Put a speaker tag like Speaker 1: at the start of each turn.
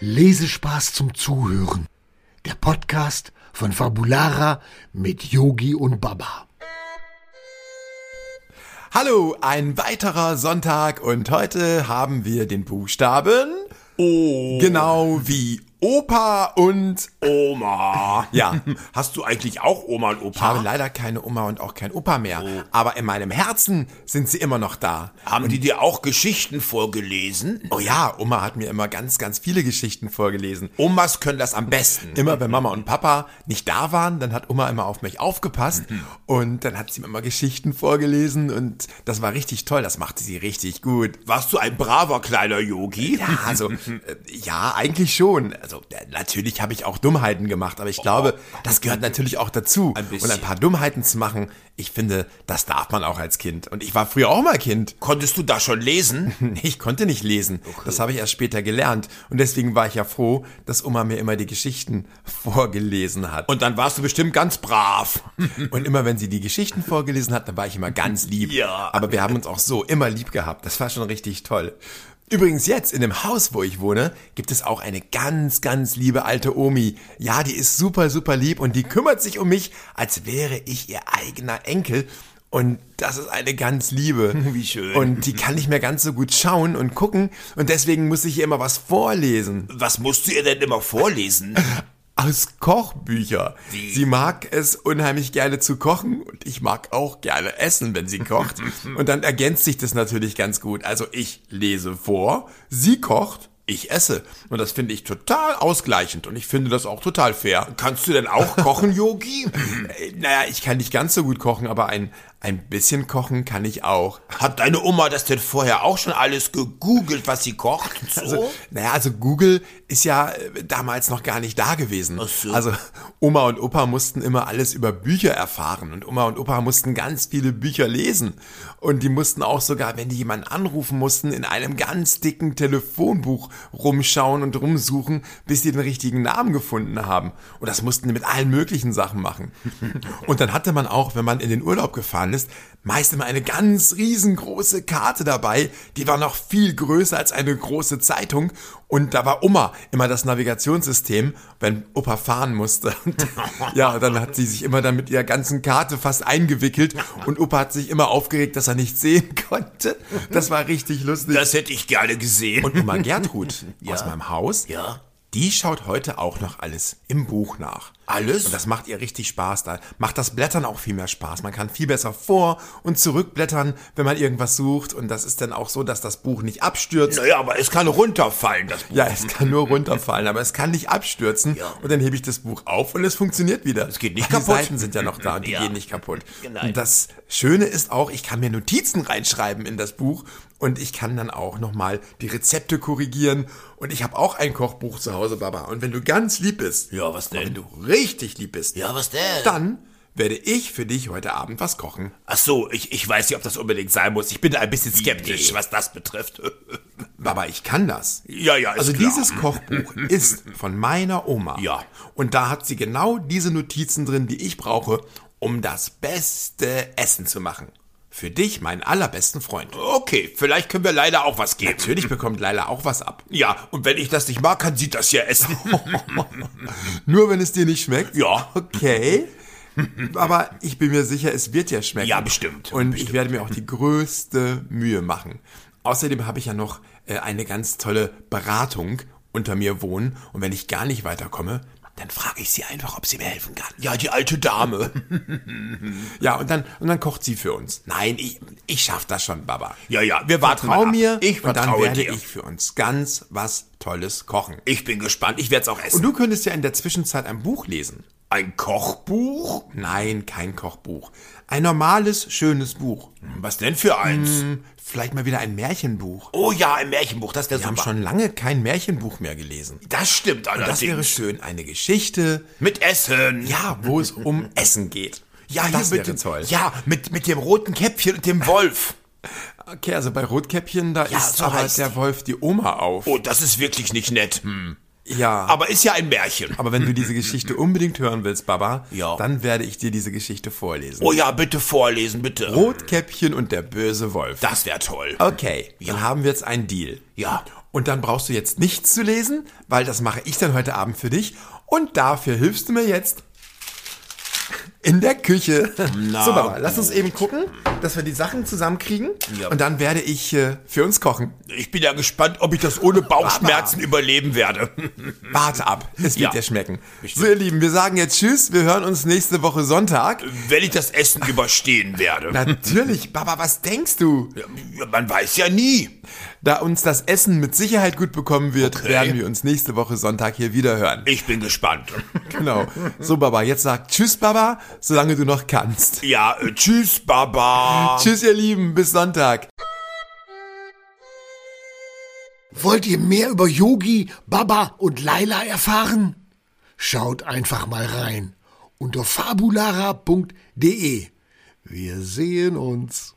Speaker 1: Lesespaß zum Zuhören. Der Podcast von Fabulara mit Yogi und Baba.
Speaker 2: Hallo, ein weiterer Sonntag und heute haben wir den Buchstaben
Speaker 3: Oh,
Speaker 2: genau wie Opa und
Speaker 3: Oma.
Speaker 2: ja.
Speaker 3: Hast du eigentlich auch Oma und Opa?
Speaker 2: Ich habe leider keine Oma und auch kein Opa mehr, aber in meinem Herzen sind sie immer noch da.
Speaker 3: Haben die dir auch Geschichten vorgelesen?
Speaker 2: Oh ja, Oma hat mir immer ganz, ganz viele Geschichten vorgelesen.
Speaker 3: Omas können das am besten.
Speaker 2: Immer wenn Mama und Papa nicht da waren, dann hat Oma immer auf mich aufgepasst
Speaker 3: Mhm.
Speaker 2: und dann hat sie mir immer Geschichten vorgelesen und das war richtig toll, das machte sie richtig gut.
Speaker 3: Warst du ein braver kleiner Yogi?
Speaker 2: Ja, also äh, ja, eigentlich schon. Also äh, natürlich habe ich auch Dummheiten gemacht, aber ich glaube, das gehört natürlich auch dazu.
Speaker 3: Oh, Ein bisschen.
Speaker 2: und ein paar Dummheiten zu machen, ich finde, das darf man auch als Kind. Und ich war früher auch mal Kind.
Speaker 3: Konntest du da schon lesen?
Speaker 2: Ich konnte nicht lesen. Das habe ich erst später gelernt. Und deswegen war ich ja froh, dass Oma mir immer die Geschichten vorgelesen hat.
Speaker 3: Und dann warst du bestimmt ganz brav.
Speaker 2: Und immer wenn sie die Geschichten vorgelesen hat, dann war ich immer ganz lieb.
Speaker 3: Ja.
Speaker 2: Aber wir haben uns auch so immer lieb gehabt. Das war schon richtig toll. Übrigens jetzt, in dem Haus, wo ich wohne, gibt es auch eine ganz, ganz liebe alte Omi. Ja, die ist super, super lieb und die kümmert sich um mich, als wäre ich ihr eigener Enkel. Und das ist eine ganz liebe.
Speaker 3: Wie schön.
Speaker 2: Und die kann nicht mehr ganz so gut schauen und gucken. Und deswegen muss ich ihr immer was vorlesen.
Speaker 3: Was musst du ihr denn immer vorlesen?
Speaker 2: Aus Kochbücher.
Speaker 3: Wie?
Speaker 2: Sie mag es unheimlich gerne zu kochen und ich mag auch gerne essen, wenn sie kocht. und dann ergänzt sich das natürlich ganz gut. Also ich lese vor, sie kocht, ich esse. Und das finde ich total ausgleichend und ich finde das auch total fair.
Speaker 3: Kannst du denn auch kochen, Yogi?
Speaker 2: Äh, Naja, ich kann nicht ganz so gut kochen, aber ein, ein bisschen kochen kann ich auch.
Speaker 3: Hat deine Oma das denn vorher auch schon alles gegoogelt, was sie kocht? So?
Speaker 2: Also, naja, also Google ist ja äh, damals noch gar nicht da gewesen.
Speaker 3: so.
Speaker 2: Also Oma und Opa mussten immer alles über Bücher erfahren und Oma und Opa mussten ganz viele Bücher lesen. Und die mussten auch sogar, wenn die jemanden anrufen mussten, in einem ganz dicken Telefonbuch rumschauen und rumsuchen, bis sie den richtigen Namen gefunden haben. Und das mussten die mit allen möglichen Sachen machen. und dann hatte man auch, wenn man in den Urlaub gefahren ist, meist immer eine ganz riesengroße Karte dabei. Die war noch viel größer als eine große Zeitung. Und da war Oma immer das Navigationssystem, wenn Opa fahren musste. Und ja, dann hat sie sich immer dann mit ihrer ganzen Karte fast eingewickelt. Und Opa hat sich immer aufgeregt, dass er nicht sehen konnte. Das war richtig lustig.
Speaker 3: das hätte ich gerne gesehen.
Speaker 2: Und Oma Gertrud aus meinem Haus,
Speaker 3: Ja.
Speaker 2: die schaut heute auch noch alles im Buch nach.
Speaker 3: Alles?
Speaker 2: Und das macht ihr richtig Spaß. Da macht das Blättern auch viel mehr Spaß. Man kann viel besser vor- und zurückblättern, wenn man irgendwas sucht. Und das ist dann auch so, dass das Buch nicht abstürzt.
Speaker 3: naja, aber es kann runterfallen, das Buch.
Speaker 2: Ja, es kann nur runterfallen, aber es kann nicht abstürzen.
Speaker 3: Ja.
Speaker 2: Und dann hebe ich das Buch auf und es funktioniert wieder. Es
Speaker 3: geht nicht
Speaker 2: die
Speaker 3: kaputt.
Speaker 2: Die Seiten sind ja noch da und die
Speaker 3: Ja.
Speaker 2: gehen nicht kaputt.
Speaker 3: Genau.
Speaker 2: Und das Schöne ist auch, ich kann mir Notizen reinschreiben in das Buch und ich kann dann auch nochmal die Rezepte korrigieren. Und ich habe auch ein Kochbuch zu Hause, Baba. Und wenn du ganz lieb bist,
Speaker 3: Ja, was denn?
Speaker 2: wenn du richtig lieb bist,
Speaker 3: Ja, was denn?
Speaker 2: dann werde ich für dich heute Abend was kochen.
Speaker 3: Ach so, ich, ich weiß nicht, ob das unbedingt sein muss. Ich bin da ein bisschen skeptisch,
Speaker 2: Nee.
Speaker 3: was das betrifft.
Speaker 2: Baba, ich kann das.
Speaker 3: ja, ja, ist
Speaker 2: Also
Speaker 3: klar.
Speaker 2: dieses Kochbuch ist von meiner Oma.
Speaker 3: Ja.
Speaker 2: Und da hat sie genau diese Notizen drin, die ich brauche, um das beste Essen zu machen. Für dich, meinen allerbesten Freund.
Speaker 3: Okay, vielleicht können wir leider auch was geben.
Speaker 2: Natürlich bekommt Leila auch was ab.
Speaker 3: Ja, und wenn ich das nicht mag, kann sie das ja essen.
Speaker 2: Nur wenn es dir nicht schmeckt.
Speaker 3: ja.
Speaker 2: Okay. Aber ich bin mir sicher, es wird ja schmecken.
Speaker 3: Ja, bestimmt.
Speaker 2: Und ich werde mir auch die größte Mühe machen. Außerdem habe ich ja noch äh, eine ganz tolle Beratung unter mir wohnen. Und wenn ich gar nicht weiterkomme, dann frage ich sie einfach, ob sie mir helfen kann.
Speaker 3: Ja, die alte Dame.
Speaker 2: Ja, und dann, und dann kocht sie für uns. Nein, ich, ich schaff das schon, Baba.
Speaker 3: Ja, ja, wir warten
Speaker 2: Vertrau
Speaker 3: mal ab.
Speaker 2: mir
Speaker 3: Ich
Speaker 2: und dann
Speaker 3: vertraue
Speaker 2: werde
Speaker 3: dir.
Speaker 2: ich für uns ganz was Tolles kochen.
Speaker 3: Ich bin gespannt, ich werde es auch
Speaker 2: Und
Speaker 3: essen.
Speaker 2: du könntest ja in der Zwischenzeit ein Buch lesen.
Speaker 3: Ein Kochbuch?
Speaker 2: Nein, kein Kochbuch. Ein normales, schönes Buch.
Speaker 3: Hm, Was denn für eins?
Speaker 2: Hm, Vielleicht mal wieder ein Märchenbuch.
Speaker 3: Oh ja, ein Märchenbuch, das ist der
Speaker 2: Wir haben
Speaker 3: super.
Speaker 2: schon lange kein Märchenbuch mehr gelesen.
Speaker 3: Das stimmt allerdings.
Speaker 2: Das wäre schön. Eine Geschichte,
Speaker 3: Mit Essen.
Speaker 2: ja, wo es um Essen geht.
Speaker 3: Ja, hier
Speaker 2: das
Speaker 3: mit
Speaker 2: wäre
Speaker 3: dem,
Speaker 2: toll.
Speaker 3: Ja, mit, mit dem roten Käppchen und dem Wolf.
Speaker 2: Okay, also bei Rotkäppchen, da ist
Speaker 3: so
Speaker 2: aber
Speaker 3: heißt
Speaker 2: der
Speaker 3: die.
Speaker 2: Wolf die Oma auf.
Speaker 3: Oh, das ist wirklich nicht nett. Hm.
Speaker 2: Ja.
Speaker 3: Aber ist ja ein Märchen.
Speaker 2: Aber wenn du diese Geschichte unbedingt hören willst, Baba,
Speaker 3: Ja.
Speaker 2: dann werde ich dir diese Geschichte vorlesen.
Speaker 3: Oh ja, bitte vorlesen, bitte.
Speaker 2: Rotkäppchen und der böse Wolf.
Speaker 3: Das wäre toll.
Speaker 2: Okay, dann haben wir jetzt einen Deal.
Speaker 3: Ja.
Speaker 2: Und dann brauchst du jetzt nichts zu lesen, weil das mache ich dann heute Abend für dich. Und dafür hilfst du mir jetzt in der Küche.
Speaker 3: Na
Speaker 2: so, Baba, lass uns eben gucken, dass wir die Sachen zusammenkriegen.
Speaker 3: Ja.
Speaker 2: Und dann werde ich äh, für uns kochen.
Speaker 3: Ich bin ja gespannt, ob ich das ohne Bauchschmerzen überleben werde.
Speaker 2: Warte ab, es wird
Speaker 3: Ja.
Speaker 2: dir schmecken. So, ihr Lieben, wir sagen jetzt Tschüss. Wir hören uns nächste Woche Sonntag.
Speaker 3: Wenn ich das Essen überstehen werde.
Speaker 2: Natürlich, Baba, was denkst du?
Speaker 3: Ja, Man weiß ja nie.
Speaker 2: Da uns das Essen mit Sicherheit gut bekommen wird,
Speaker 3: Okay.
Speaker 2: werden wir uns nächste Woche Sonntag hier wieder hören.
Speaker 3: Ich bin gespannt.
Speaker 2: Genau. So, Baba, jetzt sag Tschüss, Baba, solange du noch kannst.
Speaker 3: Ja, äh, tschüss, Baba.
Speaker 2: Tschüss, ihr Lieben, bis Sonntag.
Speaker 1: Wollt ihr mehr über Yogi, Baba und Laila erfahren? Schaut einfach mal rein unter fabulara.de. Wir sehen uns.